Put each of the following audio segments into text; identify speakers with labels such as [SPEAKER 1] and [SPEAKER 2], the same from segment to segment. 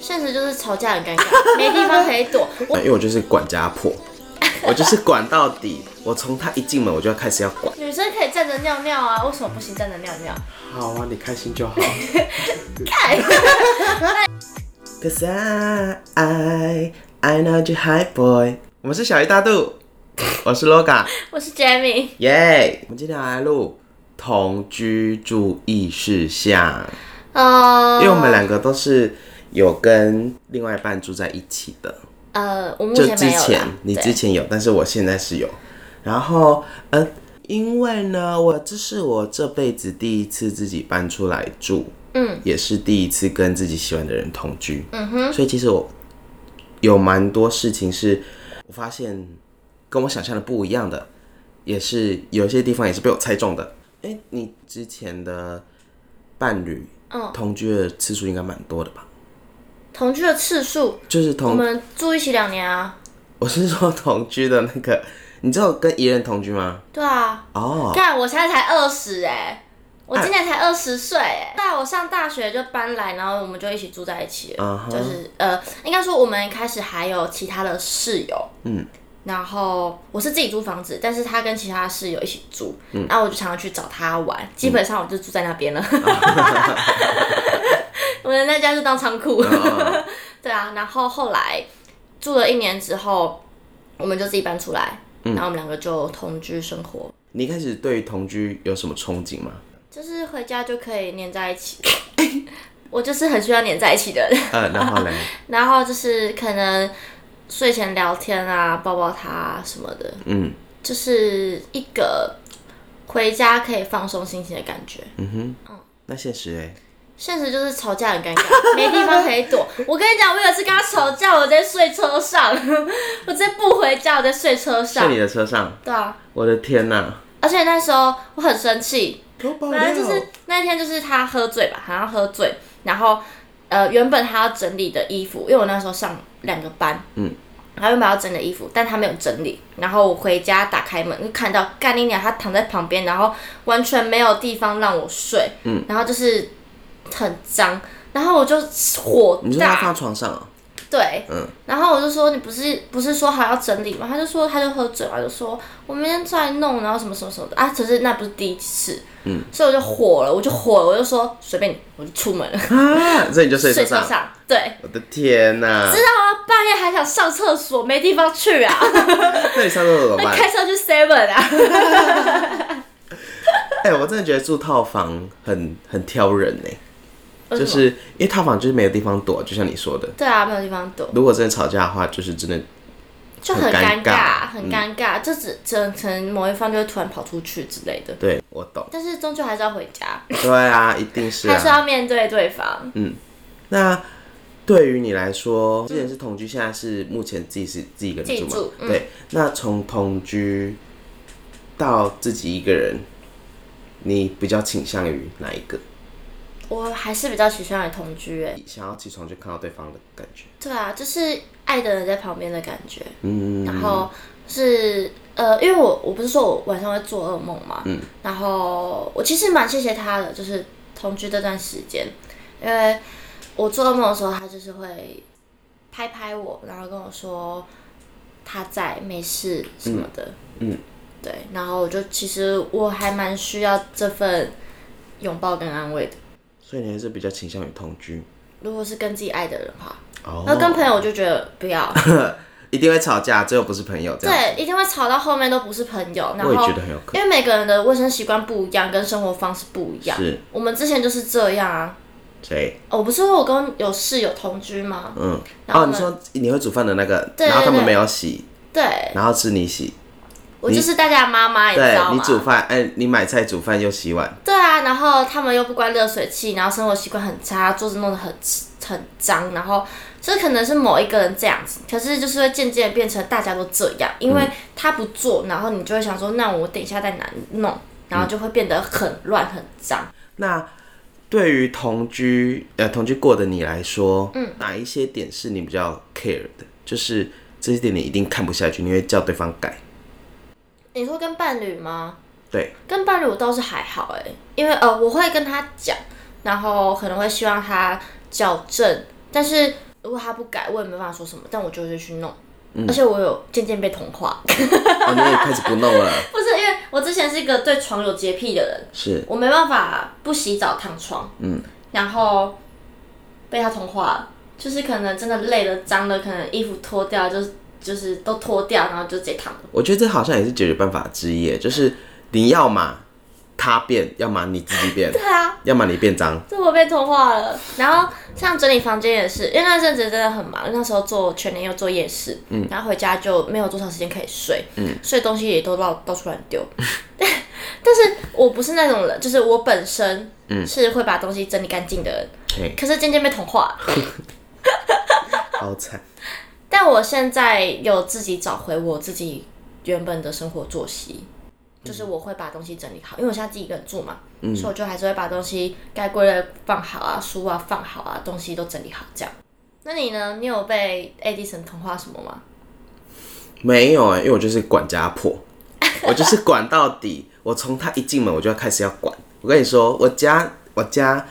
[SPEAKER 1] 现实就是吵架很尴 尬，没地方可以躲。我
[SPEAKER 2] 因为我就是管家婆，我就是管到底。我从他一进门，我就要开始要管。
[SPEAKER 1] 女生可以站着尿尿啊，为什么不行站着尿尿？
[SPEAKER 2] 好啊，你开心 就好。
[SPEAKER 1] 看，
[SPEAKER 2] Cause I I I know you high boy。我们是小鱼大肚，我是 LOGA，
[SPEAKER 1] 我是 Jamie，
[SPEAKER 2] 耶！我们今天要来录同居注意事项，
[SPEAKER 1] 呃，
[SPEAKER 2] 因为我们两个都是有跟另外一半住在一起的。
[SPEAKER 1] 呃，我目
[SPEAKER 2] 就
[SPEAKER 1] 前
[SPEAKER 2] 之
[SPEAKER 1] 没有
[SPEAKER 2] 前
[SPEAKER 1] 啦，
[SPEAKER 2] 你
[SPEAKER 1] 对
[SPEAKER 2] 之前有，但是我现在是有。然后，呃，因为呢，我这是我这辈子第一次自己搬出来住，
[SPEAKER 1] 嗯，
[SPEAKER 2] 也是第一次跟自己喜欢的人同居，嗯哼。所以其实我有蛮多事情是我发现跟我想象的不一样的，也是有些地方也是被我猜中的。哎、你之前的伴侣，
[SPEAKER 1] 嗯，
[SPEAKER 2] 同居的次数应该蛮多的吧？
[SPEAKER 1] 同居的次数，
[SPEAKER 2] 就是
[SPEAKER 1] 我
[SPEAKER 2] 同，
[SPEAKER 1] 们住一起两年啊，
[SPEAKER 2] 我是说同居的那个， 你知道我跟一人同居吗？
[SPEAKER 1] 对啊，
[SPEAKER 2] 哦，
[SPEAKER 1] 看我现在才二十哎。我今年才二十岁，哎，在我上大学就搬来，然后我们就一起住在一起了。
[SPEAKER 2] 嗯哼
[SPEAKER 1] 就是呃，应该说我们一开始还有其他的室友，
[SPEAKER 2] 嗯，
[SPEAKER 1] 然后我是自己租房子，但是他跟其他室友一起住，嗯，然后我就常常去找他玩，基本上我就住在那边了，
[SPEAKER 2] 嗯
[SPEAKER 1] 我的那家就当仓
[SPEAKER 2] 啊
[SPEAKER 1] 库，
[SPEAKER 2] 哦
[SPEAKER 1] 对啊，然后后来住了一年之后，我们就自己搬出来，
[SPEAKER 2] 嗯
[SPEAKER 1] 然后我们两个就同居生活，
[SPEAKER 2] 你一开始对于同居有什么憧憬吗？
[SPEAKER 1] 就是回家就可以黏在一起， 我就是很需要黏在一起的人。
[SPEAKER 2] 呃，然后嘞，
[SPEAKER 1] 然后就是可能睡前聊天啊，抱抱他、啊、什么的，
[SPEAKER 2] 嗯
[SPEAKER 1] 就是一个回家可以放松心情的感觉。
[SPEAKER 2] 嗯哼，那现实哎、
[SPEAKER 1] 现实就是吵架很尴尬， 没地方可以躲。我跟你讲，我有一次跟他吵架，我在睡车上， 我直接不回家，我在睡车
[SPEAKER 2] 在
[SPEAKER 1] 上
[SPEAKER 2] 你。的车上，
[SPEAKER 1] 对啊，
[SPEAKER 2] 我的天哪、
[SPEAKER 1] 而且那时候我很生气，
[SPEAKER 2] 给我爆
[SPEAKER 1] 反正就是那天就是他喝醉吧，好像喝醉，然后呃原本他要整理的衣服，因为我那时候上两个班，
[SPEAKER 2] 嗯，
[SPEAKER 1] 他原本要整理衣服，但他没有整理，然后我回家打开门就看到干你娘，他躺在旁边，然后完全没有地方让我睡，嗯，然后就是很脏，然后我就火
[SPEAKER 2] 你就让他
[SPEAKER 1] 大，
[SPEAKER 2] 放床上哦、
[SPEAKER 1] 对，
[SPEAKER 2] 嗯，
[SPEAKER 1] 然后我就说你不是不是说好要整理吗？他就说他就喝醉嘛，就说我明天再弄，然后什么什么什么的啊。可是那不是第一次，嗯，所以我就火了，我就火了，我就说随便你，我就出门了，
[SPEAKER 2] 啊，所以你 就睡车
[SPEAKER 1] 睡车
[SPEAKER 2] 上，
[SPEAKER 1] 上，对，
[SPEAKER 2] 我的天哪、
[SPEAKER 1] 知道啊，半夜还想上厕所，没地方去啊，
[SPEAKER 2] 那你上厕所怎么办？
[SPEAKER 1] 开车去 Seven 啊，
[SPEAKER 2] 哎、我真的觉得住套房很很挑人哎、
[SPEAKER 1] 为什么
[SPEAKER 2] 就是因为套房就是没有地方躲，就像你说的，
[SPEAKER 1] 对啊，没有地方躲，
[SPEAKER 2] 如果真的吵架的话，就是真的
[SPEAKER 1] 就很
[SPEAKER 2] 很
[SPEAKER 1] 尴
[SPEAKER 2] 尴尬嗯
[SPEAKER 1] 尬，很尴尬，就只只能可能某一方就会突然跑出去之类的，
[SPEAKER 2] 对我懂，
[SPEAKER 1] 但是终究还是要回家，
[SPEAKER 2] 对啊，一定是
[SPEAKER 1] 还
[SPEAKER 2] 啊
[SPEAKER 1] 是。要面对对方。
[SPEAKER 2] 那对于你来说，之前是同居，现在是目前自己是自己一个人
[SPEAKER 1] 自己
[SPEAKER 2] 住嘛
[SPEAKER 1] 住？嗯
[SPEAKER 2] 对。那从同居到自己一个人，你比较倾向于哪一个？
[SPEAKER 1] 我还是比较倾向于同居、欸，
[SPEAKER 2] 想要起床就看到对方的感觉？
[SPEAKER 1] 对啊，就是爱的人在旁边的感觉，
[SPEAKER 2] 嗯，
[SPEAKER 1] 然后是呃，因为我我不是说我晚上会做噩梦嘛，
[SPEAKER 2] 嗯
[SPEAKER 1] 然后我其实蛮谢谢他的，就是同居这段时间，因为我做噩梦的时候，他就是会拍拍我，然后跟我说他在没事什么的，
[SPEAKER 2] 嗯嗯
[SPEAKER 1] 对，然后我就其实我还蛮需要这份拥抱跟安慰的，
[SPEAKER 2] 所以你还是比较倾向于同居
[SPEAKER 1] 如果是跟自己爱的人的话，那
[SPEAKER 2] 哦，
[SPEAKER 1] 呃跟朋友我就觉得不要。
[SPEAKER 2] 一定会吵架，最后不是朋友这样，
[SPEAKER 1] 对，一定会吵到后面都不是朋友。然
[SPEAKER 2] 我也
[SPEAKER 1] 后
[SPEAKER 2] 觉，得很有可
[SPEAKER 1] 因为每个人的卫生习惯不一样，跟生活方式不一样。
[SPEAKER 2] 是
[SPEAKER 1] 我们之前就是这样啊。
[SPEAKER 2] 谁？
[SPEAKER 1] 哦，我不是说我跟有室友同居吗？
[SPEAKER 2] 嗯，
[SPEAKER 1] 然后
[SPEAKER 2] 哦，
[SPEAKER 1] 呢
[SPEAKER 2] 你说你会煮饭的那个，
[SPEAKER 1] 对
[SPEAKER 2] 然后他们
[SPEAKER 1] 对
[SPEAKER 2] 没有洗，
[SPEAKER 1] 对，
[SPEAKER 2] 然后是你洗，
[SPEAKER 1] 我就是大家的妈妈，你知
[SPEAKER 2] 对
[SPEAKER 1] 道
[SPEAKER 2] 你
[SPEAKER 1] 吗？
[SPEAKER 2] 煮饭，哎，你买菜煮饭又洗碗，
[SPEAKER 1] 对啊，然后他们又不关热水器，然后生活习惯很差，桌子弄得很很脏，然后这可能是某一个人这样子，可是就是会渐渐变成大家都这样，因
[SPEAKER 2] 嗯
[SPEAKER 1] 为他不做，然后你就会想说，那我等一下再拿弄，然后就会变得很乱很脏。
[SPEAKER 2] 那对于同居呃同居过的你来说，嗯，哪一些点是你比较 care 的？就是这些点你一定看不下去，你会叫对方改。
[SPEAKER 1] 你说跟伴侣吗？
[SPEAKER 2] 对，
[SPEAKER 1] 跟伴侣我倒是还好哎、因为呃我会跟他讲，然后可能会希望他矫正，但是如果他不改，我也没办法说什么，但我就会去弄。而且我有渐渐被同化，
[SPEAKER 2] 哦，你也开始不弄了，
[SPEAKER 1] 不是因为我之前是一个对床有洁癖的人，
[SPEAKER 2] 是
[SPEAKER 1] 我没办法不洗澡躺床，嗯，然后被他同化了，就是可能真的累了、脏了，可能衣服脱掉，就是就是都脱掉，然后就直接躺。
[SPEAKER 2] 我觉得这好像也是解决办法之一耶，就是你要嘛他变，要么你自己变，
[SPEAKER 1] 对啊，
[SPEAKER 2] 要么你变脏。
[SPEAKER 1] 这我被同化了。然后像整理房间也是，因为那阵子真的很忙，那时候做全年又做夜市，然后回家就没有多少时间可以睡，所以东西也都到到处乱丢。但是我不是那种人，就是我本身是会把东西整理干净的人，
[SPEAKER 2] 嘿，
[SPEAKER 1] 可是渐渐被同化。
[SPEAKER 2] 好惨。
[SPEAKER 1] 但我现在有自己找回我自己原本的生活作息，就是我会把东西整理好，因为我现在自己一个人住嘛，所以我就还是会把东西该归类放好啊，书啊放好啊，东西都整理好这样。那你呢？你有被 Edison 同化什么吗？
[SPEAKER 2] 没有哎、因为我就是管家婆， 我就是管到底。我从他一进门，我就要开始要管。我跟你说，我家我家，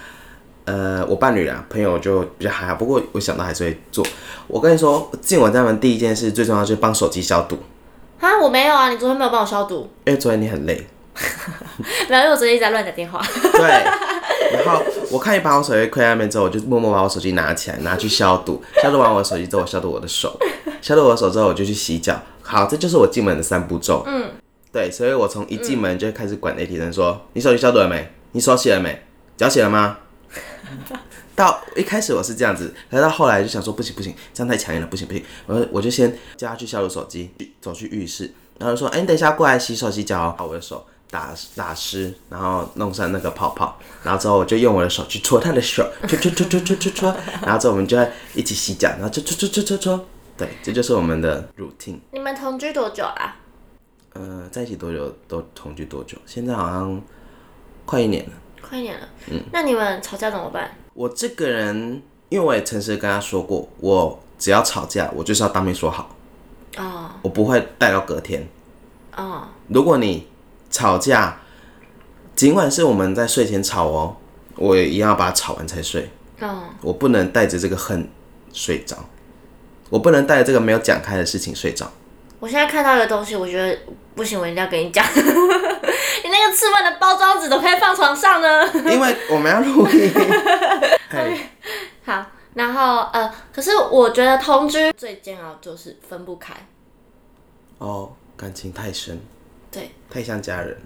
[SPEAKER 2] 呃，我伴侣啊，朋友就比较还好，不过我想到还是会做。我跟你说，进我家门第一件事最重要就是帮手机消毒，
[SPEAKER 1] 啊，我没有啊，你昨天没有帮我消 毒，
[SPEAKER 2] 因为昨天你很累。
[SPEAKER 1] 然后因为我昨天一直在乱打电话。
[SPEAKER 2] 对，然后我看你把我手机推在那边之后，我就默默把我手机拿起来，拿去消毒。消毒完我的手机之后，我消毒我的手，消毒我的手之后，我就去洗脚。好，这就是我进门的三步骤。嗯，对，所以我从一进门就开始管那体人说：“你手机消毒了没？你手洗了没？脚洗了吗？”到一开始我是这样子，可是到后来就想说不行不行，这样太强硬了，不行不行，我就我就先叫他去消毒手机，去走去浴室，然后就说：“哎、你等一下过来洗手洗脚哦，把我的手打打湿，然后弄上那个泡泡，然后之后我就用我的手去搓他的手，搓搓搓搓搓搓搓，然后之后我们就在一起洗脚，然后搓搓搓搓搓搓，对，这就是我们的 routine。
[SPEAKER 1] 你们同居多久啊啦、
[SPEAKER 2] 呃，在一起多久都同居多久？现在好像快一年了。
[SPEAKER 1] 快一年了。那你们吵架怎么办？
[SPEAKER 2] 我这个人，因为我也诚实地跟他说过，我只要吵架，我就是要当面说好，
[SPEAKER 1] 哦
[SPEAKER 2] 我不会带到隔天。
[SPEAKER 1] 哦，
[SPEAKER 2] 如果你吵架，尽管是我们在睡前吵哦，我也一样要把它吵完才睡。
[SPEAKER 1] 哦，
[SPEAKER 2] 我不能带着这个恨睡着，我不能带着这个没有讲开的事情睡着。
[SPEAKER 1] 我现在看到一个东西，我觉得不行，我一定要跟你讲。 你那个吃饭的包装纸怎么可以放床上呢？
[SPEAKER 2] 因为我们要 录音。哎，
[SPEAKER 1] 好，然后呃，可是我觉得同居最煎熬就是分不开，
[SPEAKER 2] 哦，感情太深，
[SPEAKER 1] 对，
[SPEAKER 2] 太像家人了。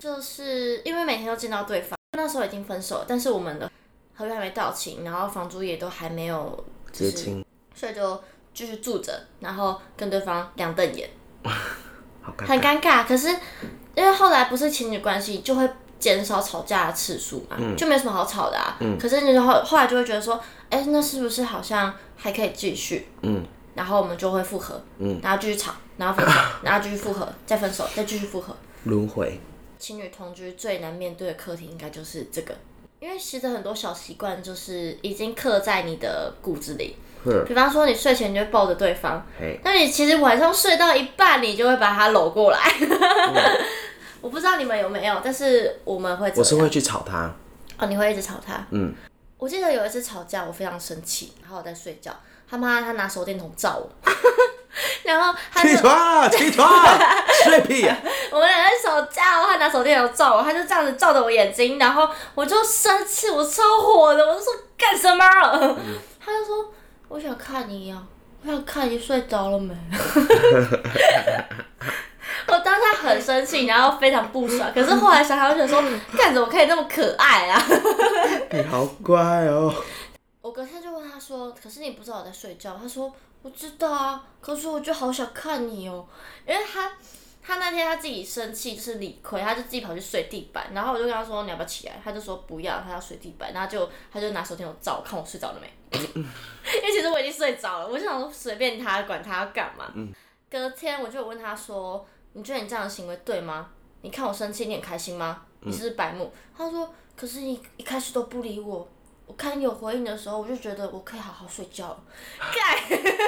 [SPEAKER 1] 就是因为每天都见到对方。那时候已经分手了，但是我们的合约还没到期，然后房租也都还没有
[SPEAKER 2] 结亲，
[SPEAKER 1] 所以就继续住着，然后跟对方两瞪眼，
[SPEAKER 2] 好尴
[SPEAKER 1] 很尴
[SPEAKER 2] 尬。
[SPEAKER 1] 尬。可是因为后来不是情侣关系，就会减少吵架的次数嘛，
[SPEAKER 2] 嗯
[SPEAKER 1] 就没什么好吵的啊。可是你后后来就会觉得说，哎、那是不是好像还可以继续？
[SPEAKER 2] 嗯，
[SPEAKER 1] 然后我们就会复合，嗯，然后继续吵，然后分手，然后继续复合，再分手，再继续复合。
[SPEAKER 2] 轮
[SPEAKER 1] 啊
[SPEAKER 2] 回。
[SPEAKER 1] 情侣同居最难面对的课题应该就是这个，因为其实很多小习惯就是已经刻在你的骨子里。
[SPEAKER 2] 呵
[SPEAKER 1] 比方说，你睡前你就会抱着对方，
[SPEAKER 2] 嘿，
[SPEAKER 1] 那你其实晚上睡到一半，你就会把他搂过来。 我不知道你们有没有，但是我们会这
[SPEAKER 2] 我是
[SPEAKER 1] 样。
[SPEAKER 2] 会去吵他。
[SPEAKER 1] 哦，你会一直吵他。
[SPEAKER 2] 嗯，
[SPEAKER 1] 我记得有一次吵架，我非常生气，然后我在睡觉，他妈他拿手电筒照我， 然后 他就
[SPEAKER 2] 起床，起床，啊 睡屁呀、
[SPEAKER 1] 我们俩在吵架哦，他拿手电筒照我，他就这样子照着我眼睛，然后我就生气，我超火的，我就说干什么？啊 他就说我想看你呀、啊我想看你睡着了没。 我当下很生气，然后非常不爽，可是后来想想，我想说，干怎么可以那么可爱啊？
[SPEAKER 2] 你好乖哦。
[SPEAKER 1] 我隔天就问他说：“可是你不知道我在睡觉？”他说：“我知道啊，可是我就好想看你哦。”因为他他那天他自己生气，就是理亏，他就自己跑去睡地板。然后我就跟他说：“你要不要起来？”他就说：“不要，他要睡地板。”然后就他就拿手电筒照我，看我睡着了没。因为其实我已经睡着了，我就想说随便他，管他要干嘛。隔天我就有问他说：“你觉得你这样的行为对吗？你看我生气，你很开心吗？你是不是白目？”他说：“可是你一开始都不理我。”我看你有回应的时候，我就觉得我可以好好睡觉了。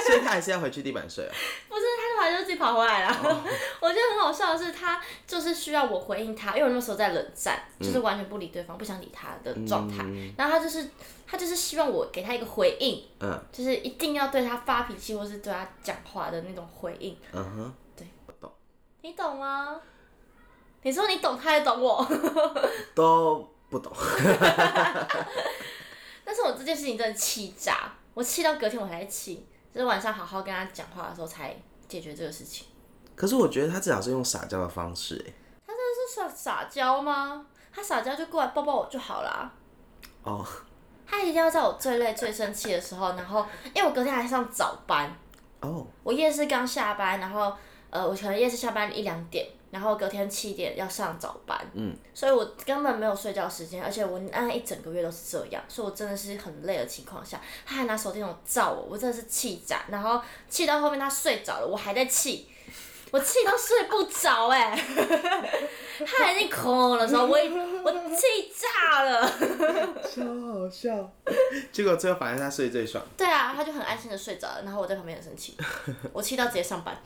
[SPEAKER 2] 所以他还是要回去地板睡啊。
[SPEAKER 1] 不是，他后来就自己跑回来了。 我觉得很好笑的是，他就是需要我回应他，因为我那时候在冷战，就是完全不理对方，不想理他的状态。然后他就是他就是希望我给他一个回应，
[SPEAKER 2] 嗯
[SPEAKER 1] 就是一定要对他发脾气或是对他讲话的那种回应，
[SPEAKER 2] 嗯哼，
[SPEAKER 1] 对，
[SPEAKER 2] 我懂，
[SPEAKER 1] 你懂吗？你说你懂，他也懂我。
[SPEAKER 2] 都不懂。
[SPEAKER 1] 但是我这件事情真的气炸，我气到隔天我才气，就是晚上好好跟他讲话的时候才解决这个事情。
[SPEAKER 2] 可是我觉得他至少是用撒娇的方式，哎，
[SPEAKER 1] 他真的是算撒娇吗？他撒娇就过来抱抱我就好啦。
[SPEAKER 2] 哦，
[SPEAKER 1] 他一定要在我最累、最生气的时候，然后因为我隔天还上早班，
[SPEAKER 2] 哦，
[SPEAKER 1] 我夜市刚下班，然后呃，我可能夜市下班一两点，然后隔天七点要上早班，
[SPEAKER 2] 嗯，
[SPEAKER 1] 所以我根本没有睡觉时间，而且我那一整个月都是这样，所以我真的是很累的情况下，他还拿手电筒照我，我真的是气炸，然后气到后面他睡着了，我还在气。 我气到睡不着哎、他还在空的时候，我已我气炸了。
[SPEAKER 2] 超好笑。结果最后反而他睡最爽，
[SPEAKER 1] 对啊，他就很安心的睡着了，然后我在旁边很生气，我气到直接上班。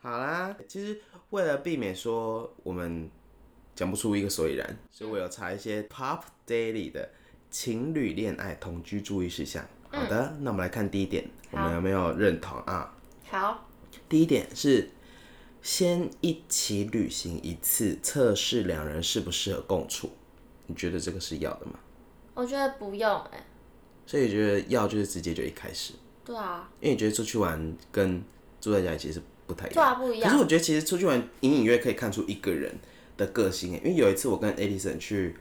[SPEAKER 2] 好啦，其实为了避免说我们讲不出一个所以然，所以我有查一
[SPEAKER 1] 嗯
[SPEAKER 2] 些 Pop Daily 的情侣恋爱同居注意事项。
[SPEAKER 1] 嗯
[SPEAKER 2] 好的，那我们来看第一点，我们有没有认同啊？
[SPEAKER 1] 好，
[SPEAKER 2] 第一点是先一起旅行一次，测试两人适不适合共处。你觉得这个是要的吗？
[SPEAKER 1] 我觉得不用哎、
[SPEAKER 2] 所以你觉得要就是直接就一开始，
[SPEAKER 1] 对啊，
[SPEAKER 2] 因为你觉得出去玩跟住在家里其实不太一样，
[SPEAKER 1] 对啊不一样
[SPEAKER 2] 可是我觉得其实出去玩隐隐约可以看出一个人的个性耶，欸因为有一次我跟 Edison 去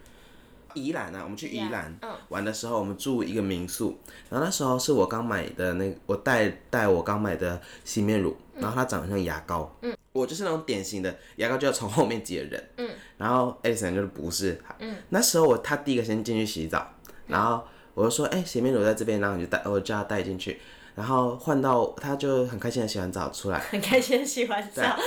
[SPEAKER 2] 宜兰啊，我们去宜兰
[SPEAKER 1] Yeah，嗯
[SPEAKER 2] 玩的时候，我们住一个民宿，然后那时候是我刚买的那我带带我刚买的洗面乳，然后它长得像牙膏，嗯，我就是那种典型的牙膏就要从后面挤的人，嗯，然后 Edison 就是不是，嗯，那时候我他第一个先进去洗澡，然后我就说，哎、洗面乳在这边，然后你就带，我就叫他带进去。然后换到他就很开心的洗完澡出来，
[SPEAKER 1] 很开心洗完澡，
[SPEAKER 2] 啊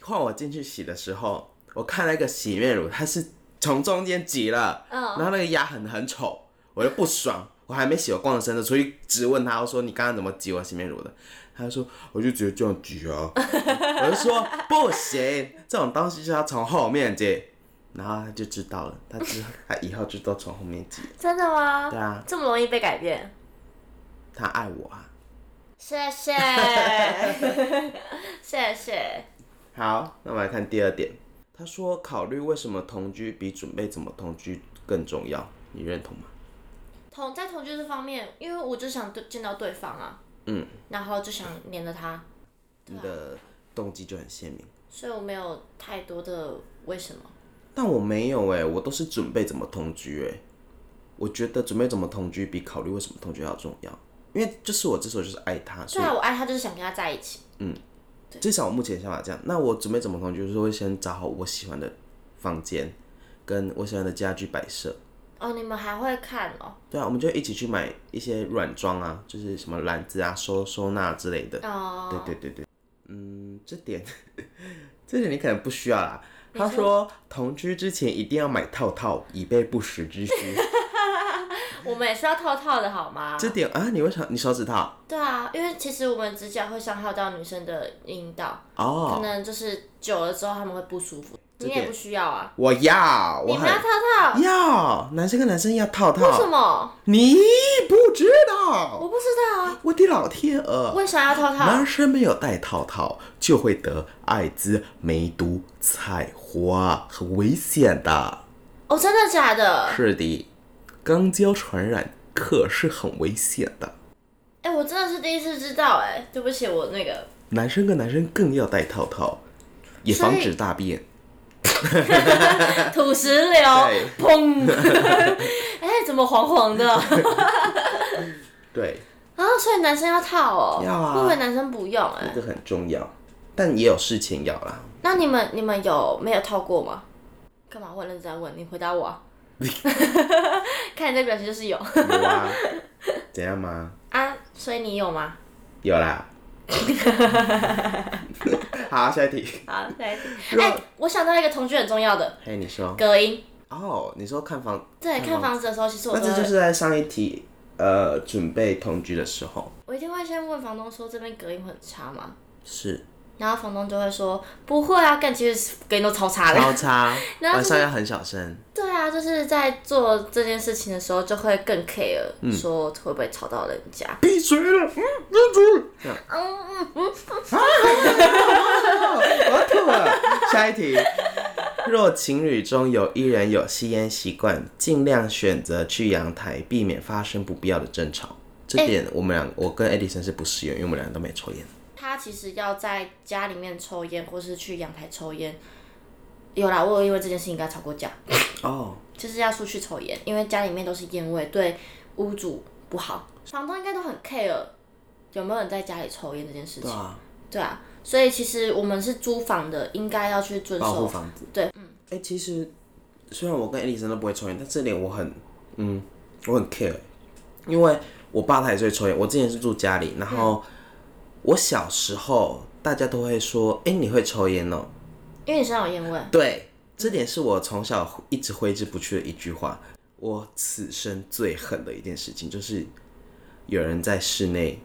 [SPEAKER 2] 换我进去洗的时候，我看那个洗面乳，它是从中间挤了，
[SPEAKER 1] 嗯
[SPEAKER 2] 然后那个压痕很丑，我就不爽。我还没洗，我光着身子出去直问他，我说你刚刚怎么挤我洗面乳的？他就说我就直接这样挤啊， 我就说不行，这种东西就要从后面挤，然后他就知道了，他之后他以后就都从后面挤，
[SPEAKER 1] 真的吗？
[SPEAKER 2] 对啊，
[SPEAKER 1] 这么容易被改变？
[SPEAKER 2] 他爱我啊。
[SPEAKER 1] 谢 谢，谢谢。
[SPEAKER 2] 好，那我们来看第二点，他说考虑为什么同居比准备怎么同居更重要，你认同吗？
[SPEAKER 1] 同在同居这方面，因为我就想对见到对方啊，
[SPEAKER 2] 嗯，
[SPEAKER 1] 然后就想黏着他，
[SPEAKER 2] 你的动机就很鲜明。
[SPEAKER 1] 所以我没有太多的为什么。
[SPEAKER 2] 但我没有哎、我都是准备怎么同居哎、我觉得准备怎么同居比考虑为什么同居要重要，因为就是我之所以就是爱他，所
[SPEAKER 1] 虽
[SPEAKER 2] 以
[SPEAKER 1] 然我爱他，就是想跟他在一起。
[SPEAKER 2] 至少我目前的想法这样。那我准备怎么同居，就是会先找好我喜欢的房间，跟我喜欢的家具摆设。
[SPEAKER 1] 哦，你们还会看哦？
[SPEAKER 2] 对啊，我们就一起去买一些软装啊，就是什么篮子啊、收收纳之类的。
[SPEAKER 1] 哦，
[SPEAKER 2] 对对对对，嗯，这点 这点你可能不需要啦。他说同居之前一定要买套套，以备不时之需。
[SPEAKER 1] 我们也是要套套的好吗？
[SPEAKER 2] 这点啊，你为什么你手指套？
[SPEAKER 1] 对啊，因为其实我们指甲会伤害到女生的阴道，可
[SPEAKER 2] 哦，
[SPEAKER 1] 能就是久了之后他们会不舒服。你也
[SPEAKER 2] 点
[SPEAKER 1] 不需要啊，
[SPEAKER 2] 我要，
[SPEAKER 1] 你
[SPEAKER 2] 我
[SPEAKER 1] 们
[SPEAKER 2] 很
[SPEAKER 1] 要套套，
[SPEAKER 2] 要，男生跟男生要套
[SPEAKER 1] 为什
[SPEAKER 2] 套，
[SPEAKER 1] 么？
[SPEAKER 2] 你不知道，
[SPEAKER 1] 我不知道啊，
[SPEAKER 2] 我的老天鹅，
[SPEAKER 1] 为啥要套套？
[SPEAKER 2] 男生没有戴套套就会得艾滋、梅毒、菜花，很危险的。
[SPEAKER 1] 哦，真的假的？
[SPEAKER 2] 是的，肛交传染可是很危险的。
[SPEAKER 1] 哎、我真的是第一次知道、哎，对不起，我那 个，
[SPEAKER 2] 男生跟男生更要戴套套，也
[SPEAKER 1] 所以
[SPEAKER 2] 防止大便。
[SPEAKER 1] 土石流，砰！ 哎、怎么黄黄 的啊？
[SPEAKER 2] 对，
[SPEAKER 1] 所以男生要套哦，
[SPEAKER 2] 要啊
[SPEAKER 1] 会不会男生不用、哎，
[SPEAKER 2] 这个很重要，但也有事情要啦。
[SPEAKER 1] 那你们你们有没有套过吗？干嘛？我很认真在问你，回答我、 啊。看你这表情就是有
[SPEAKER 2] 有啊， 怎样吗？
[SPEAKER 1] 啊，所以你有吗？
[SPEAKER 2] 有啦。 好，下一题。
[SPEAKER 1] 好，再来一题。
[SPEAKER 2] 如
[SPEAKER 1] 哎、
[SPEAKER 2] 果
[SPEAKER 1] 我想到一个同居很重要的
[SPEAKER 2] 嘿，你说
[SPEAKER 1] 隔音。
[SPEAKER 2] 哦，你说看房，
[SPEAKER 1] 对，看房子的时候，其实我
[SPEAKER 2] 那
[SPEAKER 1] 都
[SPEAKER 2] 这就
[SPEAKER 1] 会，
[SPEAKER 2] 是在上一题，呃，准备同居的时候。
[SPEAKER 1] 我一定会先问房东说这边隔音会很差吗？
[SPEAKER 2] 是
[SPEAKER 1] 然后房东就会说不会啊，干其实隔音都超差的。
[SPEAKER 2] 超 差，
[SPEAKER 1] 然后就
[SPEAKER 2] 晚
[SPEAKER 1] 是
[SPEAKER 2] 上要很小声，
[SPEAKER 1] 对啊，就是在做这件事情的时候，就会更 care，、说
[SPEAKER 2] 嗯
[SPEAKER 1] 会不会吵到人家。
[SPEAKER 2] 闭嘴了，嗯，闭嘴，这样，嗯嗯嗯，我要吐了。下一题，若情侣中有一人有吸烟习惯，尽量选择去阳台，避免发生不必要的争吵。这点我们俩，我跟 Edison 是不适用，因为我们俩都没抽烟。
[SPEAKER 1] 他其实要在家里面抽烟，或是去阳台抽烟。有啦，我有因为这件事情跟他吵过架，
[SPEAKER 2] 哦，
[SPEAKER 1] 就是要出去抽烟，因为家里面都是烟味，对屋主不好。房东应该都很 care 有没有人在家里抽烟这件事情，
[SPEAKER 2] 对啊，
[SPEAKER 1] 对啊。所以其实我们是租房的，应该要去遵
[SPEAKER 2] 保护
[SPEAKER 1] 守。
[SPEAKER 2] 房子。
[SPEAKER 1] 对，
[SPEAKER 2] 嗯，哎、其实虽然我跟 Edison 都不会抽烟，但这点我很，嗯，我很 care，因为我爸他也是会抽烟。我之前是住家里，然后我小时候大家都会说，哎、你会抽烟哦？
[SPEAKER 1] 因为你身上有烟味，
[SPEAKER 2] 对，这点是我从小一直挥之不去的一句话。我此生最恨的一件事情就是有人在室内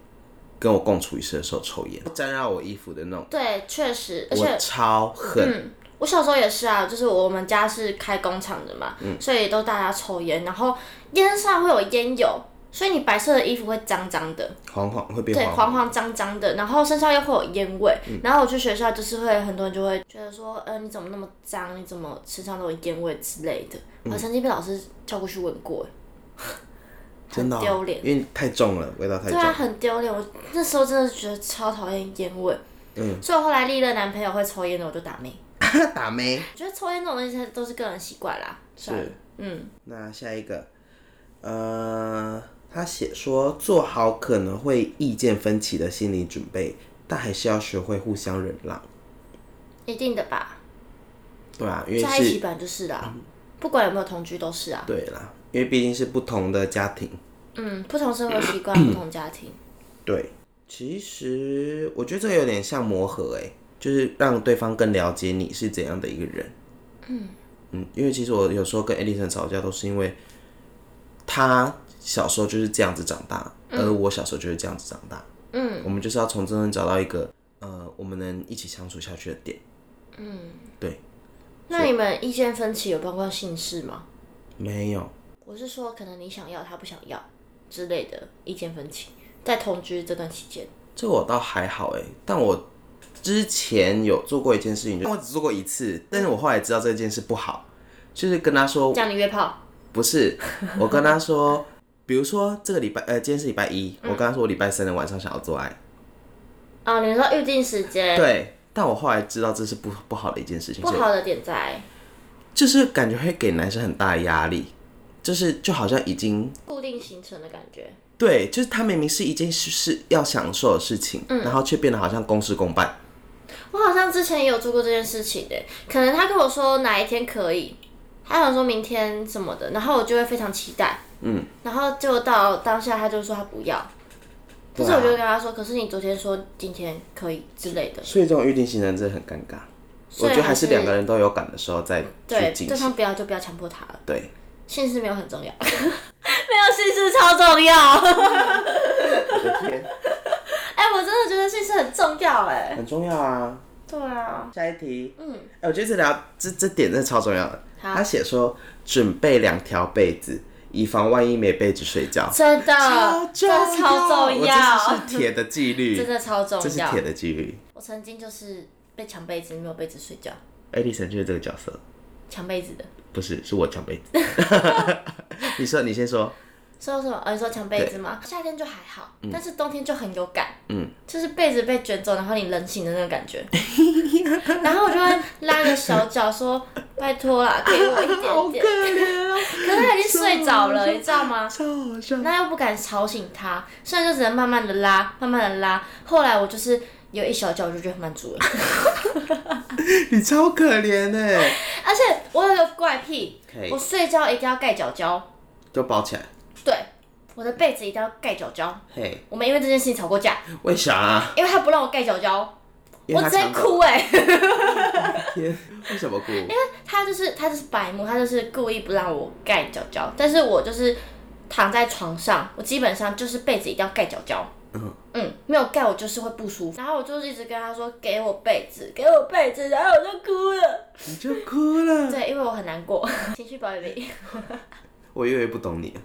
[SPEAKER 2] 跟我共处一室的时候抽烟，沾染我衣服的那种，
[SPEAKER 1] 对，确实，而且
[SPEAKER 2] 我超恨。
[SPEAKER 1] 我小时候也是啊，就是我们家是开工厂的嘛，
[SPEAKER 2] 嗯
[SPEAKER 1] 所以都大家抽烟，然后烟上会有烟油，所以你白色的衣服会脏脏的，
[SPEAKER 2] 黄黄会变
[SPEAKER 1] 对，
[SPEAKER 2] 黄嗯
[SPEAKER 1] 黄黄脏脏的，然后身上又会有烟味，然后我去学校就是会很多人就会觉得说，呃，你怎么那么脏？你怎么身上都有烟味之类的？
[SPEAKER 2] 嗯
[SPEAKER 1] 我曾经被老师叫过去闻过，
[SPEAKER 2] 真的哦、
[SPEAKER 1] 很丢脸
[SPEAKER 2] 因为太重了，味道太
[SPEAKER 1] 对
[SPEAKER 2] 重。
[SPEAKER 1] 啊，很丢脸。我那时候真的是觉得超讨厌烟味，嗯，所以我后来历任男朋友会抽烟的，我就打妹。
[SPEAKER 2] 打没？
[SPEAKER 1] 我觉得抽烟这种东西都是个人习惯啦，是吧
[SPEAKER 2] 是，嗯。那下一个，呃，他写说做好可能会意见分歧的心理准备，但还是要学会互相忍让。
[SPEAKER 1] 一定的吧。
[SPEAKER 2] 对啊，因为
[SPEAKER 1] 在一起
[SPEAKER 2] 是，
[SPEAKER 1] 本来就是啦，不管有没有同居都是啊。
[SPEAKER 2] 对啦，因为毕竟是不同的家庭。
[SPEAKER 1] 嗯，不同生活习
[SPEAKER 2] 嗯
[SPEAKER 1] 惯，不同家庭。
[SPEAKER 2] 对，其实我觉得这个有点像磨合、欸，就是让对方更了解你是怎样的一个人。嗯因为其实我有时候跟 Edison 吵架，都是因为他小时候就是这样子长大，而我小时候就是这样子长大。嗯，我们就是要从中间找到一个呃，我们能一起相处下去的点。嗯，对，
[SPEAKER 1] 那你们意见分歧有包括姓氏吗？
[SPEAKER 2] 没有，
[SPEAKER 1] 我是说，可能你想要，他不想要之类的意见分歧，在同居这段期间，
[SPEAKER 2] 这个我倒还好哎、但我之前有做过一件事情，但我只做过一次，但是我后来知道这件事不好，就是跟他说
[SPEAKER 1] 叫你约炮，
[SPEAKER 2] 不是，我跟他说，比如说这个礼拜，呃，今天是礼拜一，我跟他说我礼拜三的晚上想要做爱，
[SPEAKER 1] 哦，你说预定时间
[SPEAKER 2] 对，但我后来知道这是不不好的一件事情，
[SPEAKER 1] 哎不好的点在
[SPEAKER 2] 就是感觉会给男生很大的压力，就是就好像已经
[SPEAKER 1] 固定行程的感觉。
[SPEAKER 2] 对，就是他明明是一件是是要享受的事情，
[SPEAKER 1] 嗯
[SPEAKER 2] 然后却变得好像公事公办，
[SPEAKER 1] 我好像之前也有做过这件事情的，可能他跟我说哪一天可以，他想说明天什么的，然后我就会非常期待，嗯，然后结果到当下他就说他不要，但是我就跟他说，可是你昨天说今天可以之类的，
[SPEAKER 2] 所以这种预定行程真的很尴尬。我觉得还是两个人都有感的时候再去
[SPEAKER 1] 对
[SPEAKER 2] 进
[SPEAKER 1] 对
[SPEAKER 2] 行。
[SPEAKER 1] 方不要就不要强迫他了，
[SPEAKER 2] 对，
[SPEAKER 1] 性事没有很重要， 没有性事超重要，
[SPEAKER 2] 我的天，
[SPEAKER 1] 哎、我真的觉得性事很重要，哎，
[SPEAKER 2] 很重要啊。
[SPEAKER 1] 对啊，
[SPEAKER 2] 下一题，嗯，哎、我觉得这条这这点真的超重要的。
[SPEAKER 1] 好
[SPEAKER 2] 他写说准备两条被子，以防万一没被子睡觉。
[SPEAKER 1] 真的，
[SPEAKER 2] 重
[SPEAKER 1] 真的超重
[SPEAKER 2] 我
[SPEAKER 1] 要，
[SPEAKER 2] 这是铁的纪律，
[SPEAKER 1] 真的超重
[SPEAKER 2] 这是
[SPEAKER 1] 要
[SPEAKER 2] 铁，的纪律。
[SPEAKER 1] 我曾经就是被抢被子，没有被子睡觉。
[SPEAKER 2] 艾丽森就是这个角色，
[SPEAKER 1] 抢被子的，
[SPEAKER 2] 不是，是我抢被 子。 你说，你先说，
[SPEAKER 1] 说什么？呃、你说抢被子吗？夏天就还好，但是冬天就很有感，嗯，就是被子被卷走，然后你人醒的那种感觉。 然后我就会拉着小脚说：“拜托啦，给我一点点。
[SPEAKER 2] 怜啊，
[SPEAKER 1] 可是他已经睡着了，你知道吗？
[SPEAKER 2] 超好笑。
[SPEAKER 1] 那又不敢吵醒他，所以就只能慢慢的拉，慢慢的拉。后来我就是有一小脚，我就觉得满足了。
[SPEAKER 2] 你超可怜哎、
[SPEAKER 1] 而且我有个怪癖
[SPEAKER 2] 可以
[SPEAKER 1] 我睡觉一定要盖脚胶，
[SPEAKER 2] 就包起来。
[SPEAKER 1] 对，我的被子一定要盖脚胶。
[SPEAKER 2] 嘿，
[SPEAKER 1] 我们因为这件事情吵过架。
[SPEAKER 2] 为啥、啊
[SPEAKER 1] 因为他不让我盖脚胶，
[SPEAKER 2] 因
[SPEAKER 1] 我
[SPEAKER 2] 为
[SPEAKER 1] 直
[SPEAKER 2] 他
[SPEAKER 1] 接
[SPEAKER 2] 抢走
[SPEAKER 1] 哭哎、
[SPEAKER 2] 天，为什么哭？
[SPEAKER 1] 他就是他就是白目，他就是故意不让我盖脚胶，但是我就是躺在床上，我基本上就是被子一定要盖脚胶，嗯，没有盖我就是会不舒服。然后我就是一直跟他说给我被子，给我被子，然后我就哭 了。
[SPEAKER 2] 你就哭了。
[SPEAKER 1] 对，因为我很难过， 情绪保育力。
[SPEAKER 2] 我越来越不懂你，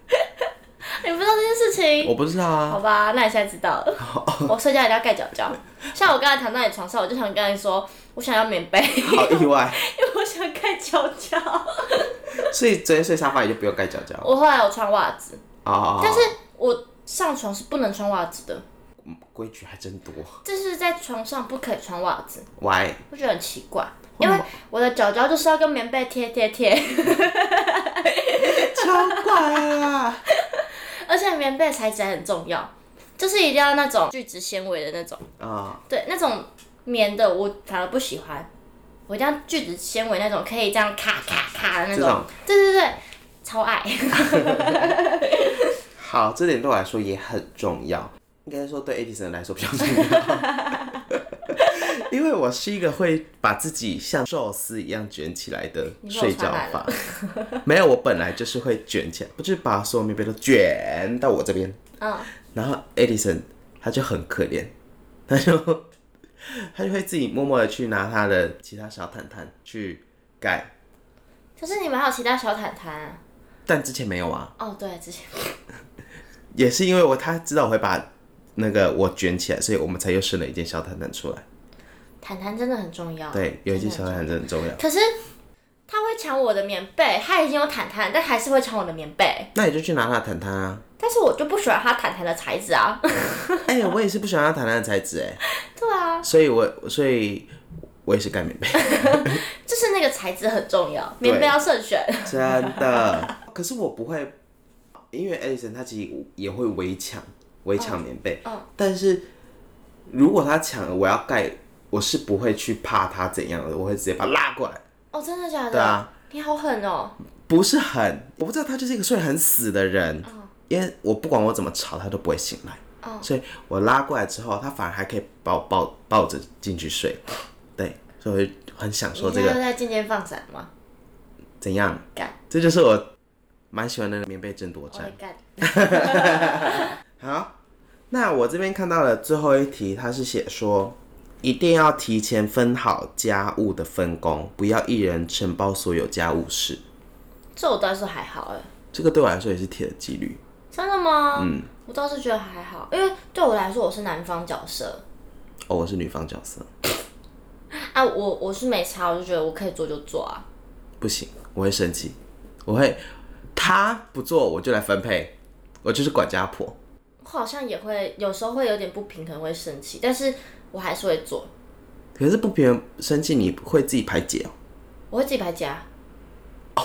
[SPEAKER 1] 你不知道这件事情？
[SPEAKER 2] 我不知道
[SPEAKER 1] 好
[SPEAKER 2] 啊。
[SPEAKER 1] 吧，那你现在知道了。我睡觉一定要盖脚脚。像我刚才躺在你床上，我就想跟你说，我想要棉被，因
[SPEAKER 2] 好意外，
[SPEAKER 1] 为我想盖脚脚。
[SPEAKER 2] 所以昨天睡沙发你就不用盖脚脚
[SPEAKER 1] 我后来有穿袜子，
[SPEAKER 2] 啊。
[SPEAKER 1] 但是我上床是不能穿袜子的，
[SPEAKER 2] 嗯规矩还真多
[SPEAKER 1] 这是在床上不可以穿袜子，
[SPEAKER 2] ，Why？
[SPEAKER 1] 我觉得很奇怪。因为我的脚脚就是要跟棉被贴贴贴，
[SPEAKER 2] 超怪啊！
[SPEAKER 1] 而且棉被的材质还很重要，就是一定要那种聚酯纤维的那种。
[SPEAKER 2] 啊，
[SPEAKER 1] 对，那种棉的我反而不喜欢，我一定要聚酯纤维那种可以这样咔咔咔的那
[SPEAKER 2] 这
[SPEAKER 1] 种
[SPEAKER 2] 种。
[SPEAKER 1] 对对对，超 爱。
[SPEAKER 2] 好，这点对我来说也很重要，应该说对 Edison 来说比较重要， 因为我是一个会把自己像寿司一样卷起来的
[SPEAKER 1] 你说我
[SPEAKER 2] 睡觉
[SPEAKER 1] 传染
[SPEAKER 2] 法。没有，我本来就是会卷起来，不是把所有棉被都卷到我这边。
[SPEAKER 1] 嗯，
[SPEAKER 2] 然后 Edison 他就很可怜， 他就他就会自己默默的去拿他的其他小毯毯去盖，
[SPEAKER 1] 可是你们还有其他小毯毯啊？
[SPEAKER 2] 但之前没有啊，
[SPEAKER 1] 哦，对，之前
[SPEAKER 2] 也是因为我他知道我会把那个我卷起来，所以我们才又生了一件小毯毯出来。
[SPEAKER 1] 毯毯真的很重要。
[SPEAKER 2] 对，有一件小
[SPEAKER 1] 真的
[SPEAKER 2] 毯
[SPEAKER 1] 很重
[SPEAKER 2] 哦毯真的很重要
[SPEAKER 1] 要。。可是他会抢我的棉被，他已经有毯毯，但还是会抢我的棉被。
[SPEAKER 2] 那你就去拿他的毯毯 啊！
[SPEAKER 1] 但是我就不喜欢他毯毯的材质啊。
[SPEAKER 2] 哎、我也是不喜欢他毯毯的材质哎，
[SPEAKER 1] 对啊，
[SPEAKER 2] 所以我所以我也是盖棉被，
[SPEAKER 1] 就是那个材质很重要，棉被
[SPEAKER 2] 对
[SPEAKER 1] 要慎选。
[SPEAKER 2] 真的。可是我不会，因为 Edison 他其实也会围抢围抢棉被，
[SPEAKER 1] 嗯
[SPEAKER 2] 但是如果他抢了我要盖，我是不会去怕他怎样的，我会直接把他拉过来。
[SPEAKER 1] 哦，真的假的？
[SPEAKER 2] 对啊
[SPEAKER 1] 你好狠哦！
[SPEAKER 2] 不是很，我不知道他就是一个睡很死的人，
[SPEAKER 1] 嗯
[SPEAKER 2] 因为我不管我怎么吵，他都不会醒来，所以我拉过来之后，他反而还可以把我抱抱着进去睡，对，所以我就很享受
[SPEAKER 1] 你
[SPEAKER 2] 这
[SPEAKER 1] 现在
[SPEAKER 2] 个
[SPEAKER 1] 在渐渐放闪吗？
[SPEAKER 2] 怎样，
[SPEAKER 1] 干，
[SPEAKER 2] 这就是我蛮喜欢的棉被争夺
[SPEAKER 1] 我会
[SPEAKER 2] 战。
[SPEAKER 1] 干。
[SPEAKER 2] 好，那我这边看到了最后一题，他是写说。一定要提前分好家务的分工，不要一人承包所有家务事。
[SPEAKER 1] 这我倒是还好哎、
[SPEAKER 2] 这个对我来说也是铁的纪律。
[SPEAKER 1] 真的吗？嗯，我倒是觉得还好，因为对我来说我是男方角色
[SPEAKER 2] 哦，我是女方角色，
[SPEAKER 1] 啊，我我是没差，我就觉得我可以做就做啊。
[SPEAKER 2] 不行，我会生气，我会他不做我就来分配，我就是管家婆。
[SPEAKER 1] 我好像也会有时候会有点不平衡，会生气，但是我还是会做，
[SPEAKER 2] 可是不平衡生气，你会自己排解哦。
[SPEAKER 1] 我会自己排啊家。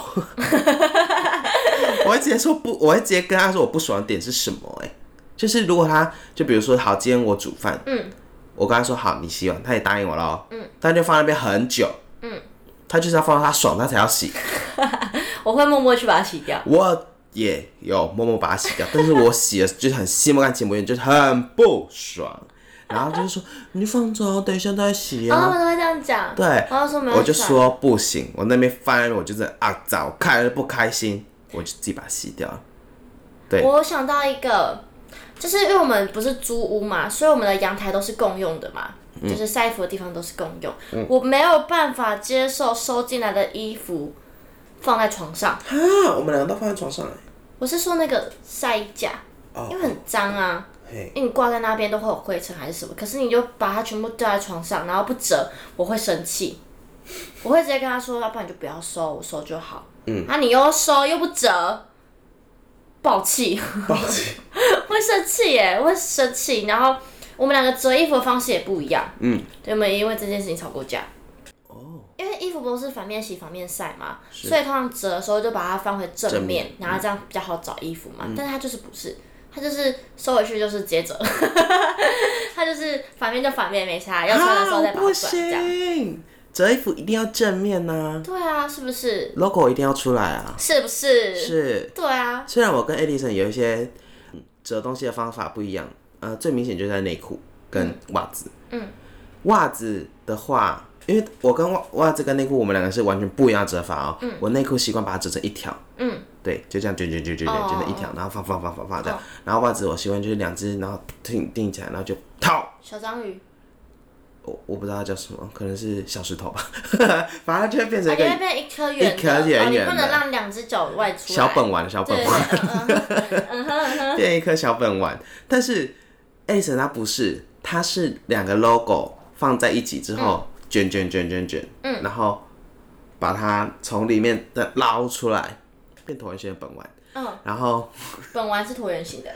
[SPEAKER 2] 我会直接说不，我会直接跟他说我不爽的点是什么、欸？就是如果他就比如说好，今天我煮饭，
[SPEAKER 1] 嗯，
[SPEAKER 2] 我跟他说好，你洗碗，他也答应我了，嗯，但就放在那边很久，嗯，他就是要放到他爽，他才要洗。
[SPEAKER 1] 我会默默去把它洗掉。
[SPEAKER 2] 我也有默默把它洗掉，但是我洗的就是很心不甘情不愿，就是很不爽。然后就是说，你就放着啊，等一下再洗
[SPEAKER 1] 哦然后他们
[SPEAKER 2] 啊。
[SPEAKER 1] 都会这样讲，
[SPEAKER 2] 对，
[SPEAKER 1] 然哦后说没有，啊
[SPEAKER 2] 我就，说不行，我那边翻，我就是啊，早看了不开心，我就自己把它洗掉了。对
[SPEAKER 1] 我想到一个，就是因为我们不是租屋嘛，所以我们的阳台都是共用的嘛，
[SPEAKER 2] 嗯
[SPEAKER 1] 就是晒衣服的地方都是共用。我没有办法接受收进来的衣服放在床上，
[SPEAKER 2] 啊，我们两个都放在床上了。
[SPEAKER 1] 我是说那个晒衣架，
[SPEAKER 2] 哦
[SPEAKER 1] 因为很脏啊，
[SPEAKER 2] 嘿，
[SPEAKER 1] 因为你挂在那边都会有灰尘还是什么，可是你就把它全部掉在床上，然后不折，我会生气。我会直接跟他说，要啊不然你就不要收，我收就好。嗯，啊，你又收又不折，暴气。
[SPEAKER 2] 抱歉。
[SPEAKER 1] 会生气耶，我会生气。然后我们两个折衣服的方式也不一样，
[SPEAKER 2] 嗯，
[SPEAKER 1] 对，我们也因为这件事情吵过架。
[SPEAKER 2] 哦，
[SPEAKER 1] 因为衣服不是反面洗、反面晒嘛，所以通常折的时候就把它放回正面，
[SPEAKER 2] 正面
[SPEAKER 1] 然后这样比较好找衣服嘛。但是它就是不是，它就是收回去就是直接折， 它就是反面就反面没差，要穿的时候再把它
[SPEAKER 2] 啊不
[SPEAKER 1] 转这样。
[SPEAKER 2] 行，折衣服一定要正面呐、
[SPEAKER 1] 对啊，是不是？
[SPEAKER 2] l o g o 一定要出来啊。
[SPEAKER 1] 是不是？
[SPEAKER 2] 是。
[SPEAKER 1] 对啊，
[SPEAKER 2] 虽然我跟 Edison 有一些嗯折东西的方法不一样，呃，最明显就是在内裤跟袜子。
[SPEAKER 1] 嗯，
[SPEAKER 2] 袜子的话，因为我跟袜袜子跟内裤，我们两个是完全不一样的折法哦。嗯，我内裤习惯把它折成一条。
[SPEAKER 1] 嗯，
[SPEAKER 2] 对，就这样卷卷卷卷卷
[SPEAKER 1] 哦
[SPEAKER 2] 卷成一条，然后放放放放放这样，然后袜子我喜欢就是两只，然后定定起来，然后就套。
[SPEAKER 1] 小章鱼，
[SPEAKER 2] 我我不知道它叫什么，可能是小石头吧， 反正它就会变成
[SPEAKER 1] 而
[SPEAKER 2] 一个
[SPEAKER 1] 且会啊变一颗圆的，
[SPEAKER 2] 一颗圆圆的
[SPEAKER 1] 哦，你不能让两只脚外出来。
[SPEAKER 2] 小本丸，小本
[SPEAKER 1] 对对
[SPEAKER 2] 丸，
[SPEAKER 1] 对，嗯嗯
[SPEAKER 2] 变一颗小本丸。但是 A 神它不是，它是两个 logo 放在一起之后、卷卷卷卷卷，嗯，然后把它从里面的捞出来，变椭圆形的本丸。
[SPEAKER 1] 嗯，
[SPEAKER 2] 然后
[SPEAKER 1] 本丸是椭圆形的，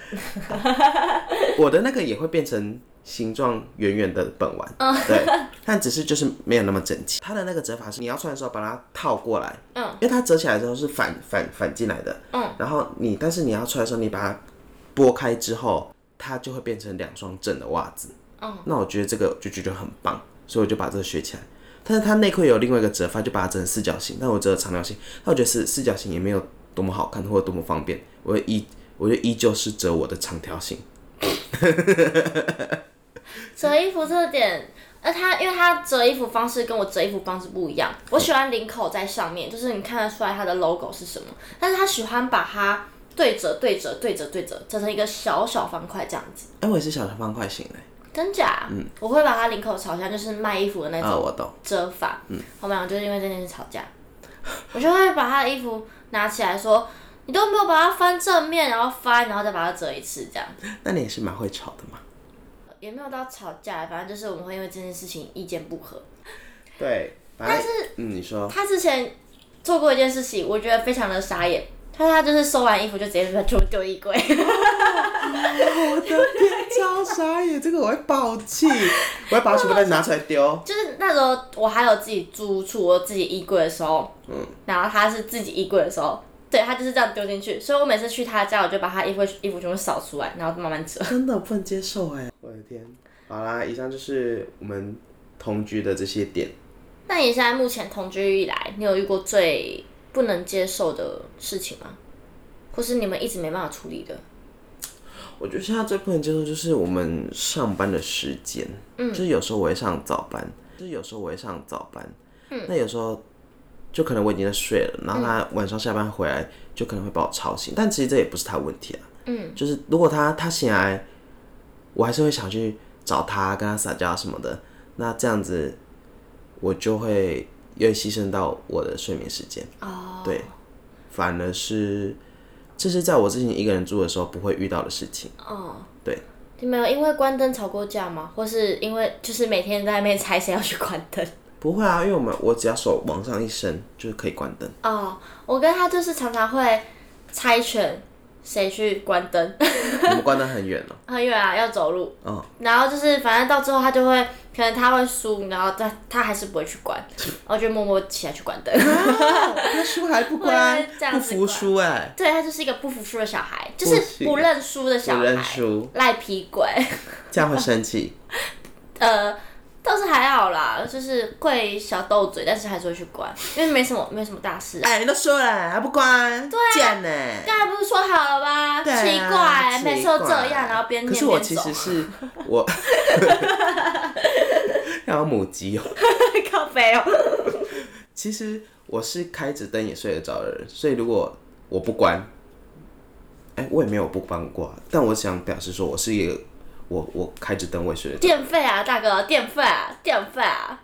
[SPEAKER 2] 我的那个也会变成形状圆圆的本丸，
[SPEAKER 1] 嗯
[SPEAKER 2] 对，但只是就是没有那么整齐。它的那个折法是你要穿的时候把它套过来，
[SPEAKER 1] 嗯，
[SPEAKER 2] 因为它折起来的时候是反反反进来的，
[SPEAKER 1] 嗯，
[SPEAKER 2] 然后你但是你要穿的时候你把它拨开之后，它就会变成两双正的袜子，
[SPEAKER 1] 嗯，
[SPEAKER 2] 那我觉得这个就觉得很棒，所以我就把这个学起来。但是它内裤有另外一个折法，就把它折成四角形，但我折了长条形，但我觉得四四角形也没有多么好看或者多么方便，我就依我就依旧是折我的长条形。
[SPEAKER 1] 折衣服这点，呃，它因为它折衣服方式跟我折衣服方式不一样，我喜欢领口在上面，就是你看得出来它的 logo 是什么，但是他喜欢把它对折、对折、对折、对折，折成一个小小方块这样子。
[SPEAKER 2] 哎、我也是小长方块型的。
[SPEAKER 1] 真假？嗯，我会把它领口朝向，就是卖衣服的那
[SPEAKER 2] 啊，
[SPEAKER 1] 种
[SPEAKER 2] 我懂。
[SPEAKER 1] 折法。嗯，我们俩就是因为这件事吵架，我就会把他的衣服拿起来说。你都没有把它翻正面，然后翻，然后再把它折一次，这样
[SPEAKER 2] 那你也是蛮会吵的嘛。
[SPEAKER 1] 也没有到吵架，反正就是我们会因为这件事情意见不合。
[SPEAKER 2] 对，但是嗯，你说
[SPEAKER 1] 他之前做过一件事情，我觉得非常的傻眼。他他就是收完衣服就直接把它全部丢衣柜，
[SPEAKER 2] 哦 我的天，超傻眼，这个我会爆气， 我会把全部都拿出来丢。
[SPEAKER 1] 就是那时候我还有自己租出我自己衣柜的时候，嗯，然后他是自己衣柜的时候，对他就是这样丢进去，所以我每次去他家，我就把他衣服衣服全部扫出来，然后慢慢折。
[SPEAKER 2] 真的不能接受哎！我的天，好啦，以上就是我们同居的这些点。
[SPEAKER 1] 那你现在目前同居以来，你有遇过最不能接受的事情吗？或是你们一直没办法处理的？
[SPEAKER 2] 我觉得现在最不能接受就是我们上班的时间，嗯，就是有时候我会上早班，就是有时候我会上早班，嗯，那有时候就可能我已经在睡了，然后他晚上下班回来就可能会把我吵醒，但其实这也不是他的问题啊，嗯，就是如果他他醒来，我还是会想去找他跟他撒娇什么的，那这样子我就会又牺牲到我的睡眠时间，
[SPEAKER 1] 哦，
[SPEAKER 2] 对，反而是这是在我之前一个人住的时候不会遇到的事情。
[SPEAKER 1] 哦，
[SPEAKER 2] 对。
[SPEAKER 1] 你们有因为关灯吵过架吗？或是因为就是每天在外面猜谁要去关灯？
[SPEAKER 2] 不会啊，因为我们我只要手往上一伸，就是可以关灯。
[SPEAKER 1] 哦，我跟他就是常常会猜拳，谁去关灯，
[SPEAKER 2] 我们关得很远了、
[SPEAKER 1] 很远啊，要走路。
[SPEAKER 2] 嗯
[SPEAKER 1] 然后就是反正到最后他就会，可能他会输，然后他他还是不会去关，然后就默默起来去关灯。
[SPEAKER 2] 他输还不
[SPEAKER 1] 我也
[SPEAKER 2] 关
[SPEAKER 1] 是这，样
[SPEAKER 2] 不
[SPEAKER 1] 子
[SPEAKER 2] 服输哎、
[SPEAKER 1] 对他就是一个不服输的小孩，就是不认输的小
[SPEAKER 2] 不认
[SPEAKER 1] 孩，
[SPEAKER 2] 输，
[SPEAKER 1] 赖皮鬼。
[SPEAKER 2] 这样会生气。
[SPEAKER 1] 呃，倒是还好啦，就是会小斗嘴，但是还是会去关，因为没什么没什么大事、啊。
[SPEAKER 2] 哎，你都说了还不关，对、啊，贱呢、
[SPEAKER 1] 刚才不是说好了吗？
[SPEAKER 2] 对啊
[SPEAKER 1] 奇怪、
[SPEAKER 2] 奇
[SPEAKER 1] 每次都这样，然后边
[SPEAKER 2] 可
[SPEAKER 1] 念
[SPEAKER 2] 是我
[SPEAKER 1] 边
[SPEAKER 2] 其
[SPEAKER 1] 走
[SPEAKER 2] 实，是我，然后母鸡哦。
[SPEAKER 1] 靠背哦。
[SPEAKER 2] 其实我是开着灯也睡得着的人，所以如果我不关，哎、我也没有不关过啊、但我想表示说，我是一个，我我开着灯我也睡得着。
[SPEAKER 1] 电费啊，大哥，电费啊，电费啊。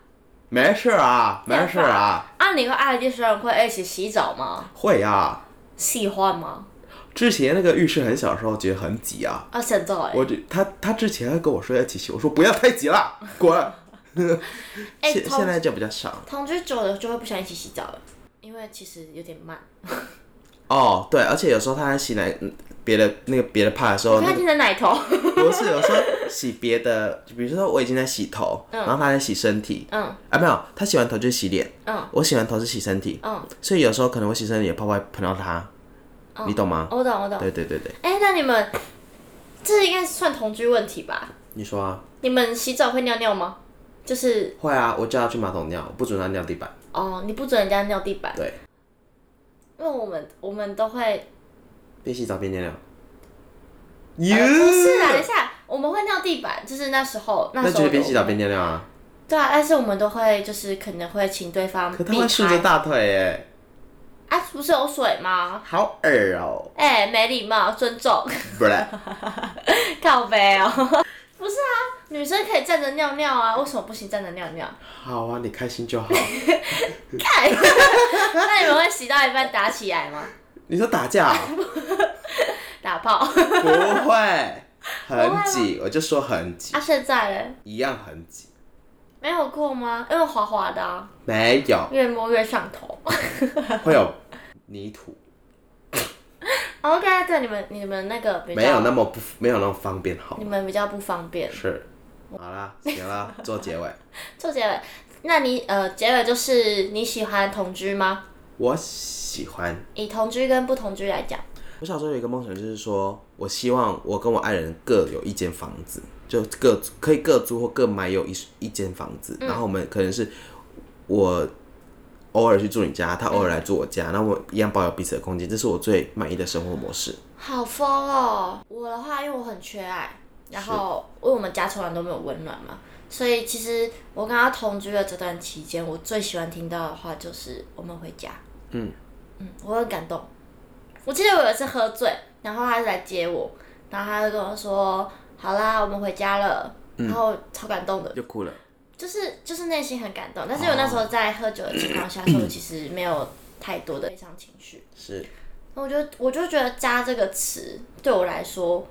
[SPEAKER 2] 没事啊，没事啊，
[SPEAKER 1] 啊，你和爱迪生会一起洗澡吗？
[SPEAKER 2] 会啊。
[SPEAKER 1] 喜欢吗？
[SPEAKER 2] 之前那个浴室很小的时候觉得很挤啊，
[SPEAKER 1] 啊，现在欸
[SPEAKER 2] 我就他他之前还跟我说要一起洗，我说不要太 挤了，滚。
[SPEAKER 1] 哎、
[SPEAKER 2] 现现
[SPEAKER 1] 同
[SPEAKER 2] 在就比较少
[SPEAKER 1] 同居久了就会不想一起洗澡了，因为其实有点慢。
[SPEAKER 2] 哦，对，而且有时候他还洗来嗯别的那个别的怕的 时候，那
[SPEAKER 1] 看
[SPEAKER 2] 个
[SPEAKER 1] 你的奶头，
[SPEAKER 2] 不是有时候洗别的，就比如说我已经在洗头，然后他在洗身体，
[SPEAKER 1] 嗯
[SPEAKER 2] 啊没有，他洗完头就洗脸，
[SPEAKER 1] 嗯
[SPEAKER 2] 我洗完头是洗身体，
[SPEAKER 1] 嗯，
[SPEAKER 2] 所以有时候可能我洗身体的泡泡会喷到他，你懂吗？
[SPEAKER 1] 我懂我懂。
[SPEAKER 2] 对对对对，
[SPEAKER 1] 哎、那你们这应该算同居问题吧？
[SPEAKER 2] 你说啊。
[SPEAKER 1] 你们洗澡会尿尿吗？就是
[SPEAKER 2] 会啊，我叫他去马桶尿，我不准他尿地板。
[SPEAKER 1] 哦，你不准人家尿地板，
[SPEAKER 2] 对，
[SPEAKER 1] 因为我们我们都会，
[SPEAKER 2] 边洗澡边尿尿。
[SPEAKER 1] 呃
[SPEAKER 2] 哟
[SPEAKER 1] 不是啊，等一下我们会尿地板，就是那时候那
[SPEAKER 2] 那
[SPEAKER 1] 时
[SPEAKER 2] 就
[SPEAKER 1] 候
[SPEAKER 2] 是边
[SPEAKER 1] 有
[SPEAKER 2] 洗澡边尿尿啊。
[SPEAKER 1] 对啊，但是我们都会就是可能会请对方
[SPEAKER 2] 可他
[SPEAKER 1] 避
[SPEAKER 2] 会竖着
[SPEAKER 1] 开
[SPEAKER 2] 大腿耶，
[SPEAKER 1] 啊，啊，不是有水吗？
[SPEAKER 2] 好耳哦，
[SPEAKER 1] 哎、没礼貌，尊重，
[SPEAKER 2] 不 然
[SPEAKER 1] 靠背哦。 不是啊，女生可以站着尿尿啊，为什么不行站着尿尿？
[SPEAKER 2] 好啊，你开心就好。
[SPEAKER 1] 看，那你们会洗到一半打起来吗？
[SPEAKER 2] 你说 打架、啊？
[SPEAKER 1] 打 炮？
[SPEAKER 2] 不会，很挤，我就说很挤
[SPEAKER 1] 啊，，现在嘞，
[SPEAKER 2] 一样很挤，
[SPEAKER 1] 没有过吗？因为滑滑的、啊，
[SPEAKER 2] 没有
[SPEAKER 1] 越摸越上头。
[SPEAKER 2] 会有泥土，
[SPEAKER 1] OK，对你们你们那个比较
[SPEAKER 2] 没有那么不没有那么方便好
[SPEAKER 1] 你，们比较不方便。
[SPEAKER 2] 是，好啦，行啦，做结尾，
[SPEAKER 1] 做结尾，那你呃结尾就是你喜欢同居吗？
[SPEAKER 2] 我喜欢。
[SPEAKER 1] 以同居跟不同居来讲，
[SPEAKER 2] 我小时候有一个梦想，就是说我希望我跟我爱人各有一间房子，就各可以各租或各买有一一间房子，
[SPEAKER 1] 嗯
[SPEAKER 2] 然后我们可能是我偶尔去住你家，他偶尔来住我家，那、我一样保有彼此的空间，这是我最满意的生活模式。
[SPEAKER 1] 好疯哦！我的话，因为我很缺爱，然后因为我们家从来都没有温暖嘛，所以其实我跟他同居的这段期间，我最喜欢听到的话就是我们回家。
[SPEAKER 2] 嗯
[SPEAKER 1] 嗯，我很感动。我记得我有一次喝醉，然后他就来接我，然后他就跟我说：“好啦，我们回家了。”然后超感动的，
[SPEAKER 2] 又哭了，
[SPEAKER 1] 就是就是内心很感动，但是我那时候在喝酒的情况下，所以我其实没有太多的悲伤情绪。
[SPEAKER 2] 是
[SPEAKER 1] 那我就我就觉得“家”这个词对我来说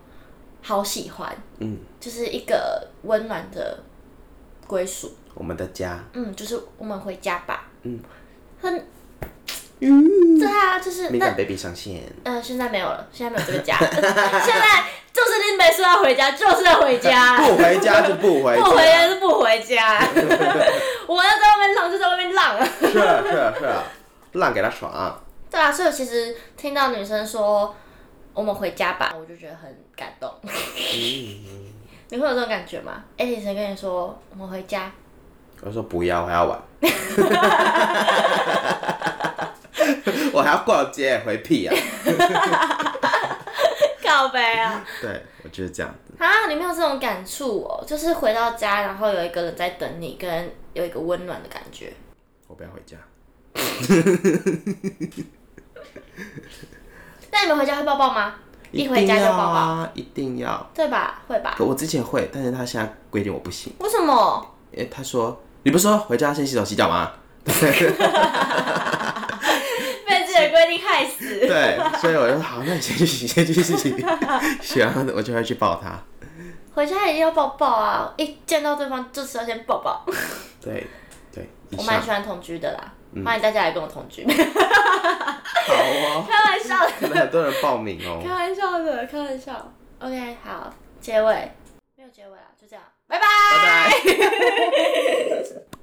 [SPEAKER 1] 好喜欢，
[SPEAKER 2] 嗯，
[SPEAKER 1] 就是一个温暖的归属。
[SPEAKER 2] 我们的家，
[SPEAKER 1] 嗯，就是我们回家吧。
[SPEAKER 2] 嗯，
[SPEAKER 1] 很，对啊，就是
[SPEAKER 2] 敏
[SPEAKER 1] 那
[SPEAKER 2] 感 baby 上线，
[SPEAKER 1] 嗯、现在没有了，现在没有这个家， 现在就是你每次要回家，就是要回家。
[SPEAKER 2] 不回家就不回
[SPEAKER 1] 不回
[SPEAKER 2] 家，
[SPEAKER 1] 家是不回家， 我要在外面浪就在外面浪啊。
[SPEAKER 2] 是啊是啊是啊，浪给他爽，
[SPEAKER 1] 对啊，所以我其实听到女生说我们回家吧，我就觉得很感动。你会有这种感觉吗？艾迪生跟你说我们回家，
[SPEAKER 2] 我说不要，我还要玩， 我还要逛街，回屁啊！
[SPEAKER 1] 告白啊！
[SPEAKER 2] 对，我就是这样子。
[SPEAKER 1] 啊，你没有这种感触哦，就是回到家，然后有一个人在等你，跟有一个温暖的感觉。
[SPEAKER 2] 我不要回家，
[SPEAKER 1] 那你们回家会抱抱吗？一回家就抱抱，
[SPEAKER 2] 啊一定要。
[SPEAKER 1] 对吧？会吧？
[SPEAKER 2] 可我之前会，但是他现在规定我不行，
[SPEAKER 1] 为什么？
[SPEAKER 2] 因为他说你不是说回家先洗手洗脚吗？
[SPEAKER 1] 被自己的规定害死。
[SPEAKER 2] 对，所以我就说好，那你先去洗，先去洗，洗完我就会去抱他。
[SPEAKER 1] 回家一定要抱抱啊！一见到对方就是要先抱抱。
[SPEAKER 2] 对对，以
[SPEAKER 1] 我
[SPEAKER 2] 上
[SPEAKER 1] 蛮喜欢同居的啦，欢迎大家来跟我同居。
[SPEAKER 2] 好哦，
[SPEAKER 1] 开玩笑
[SPEAKER 2] 可
[SPEAKER 1] 的，
[SPEAKER 2] 能很多人报名哦
[SPEAKER 1] 开。玩笑的，开玩笑。OK，好，结尾没有结尾了，就这样，拜拜。
[SPEAKER 2] 拜拜。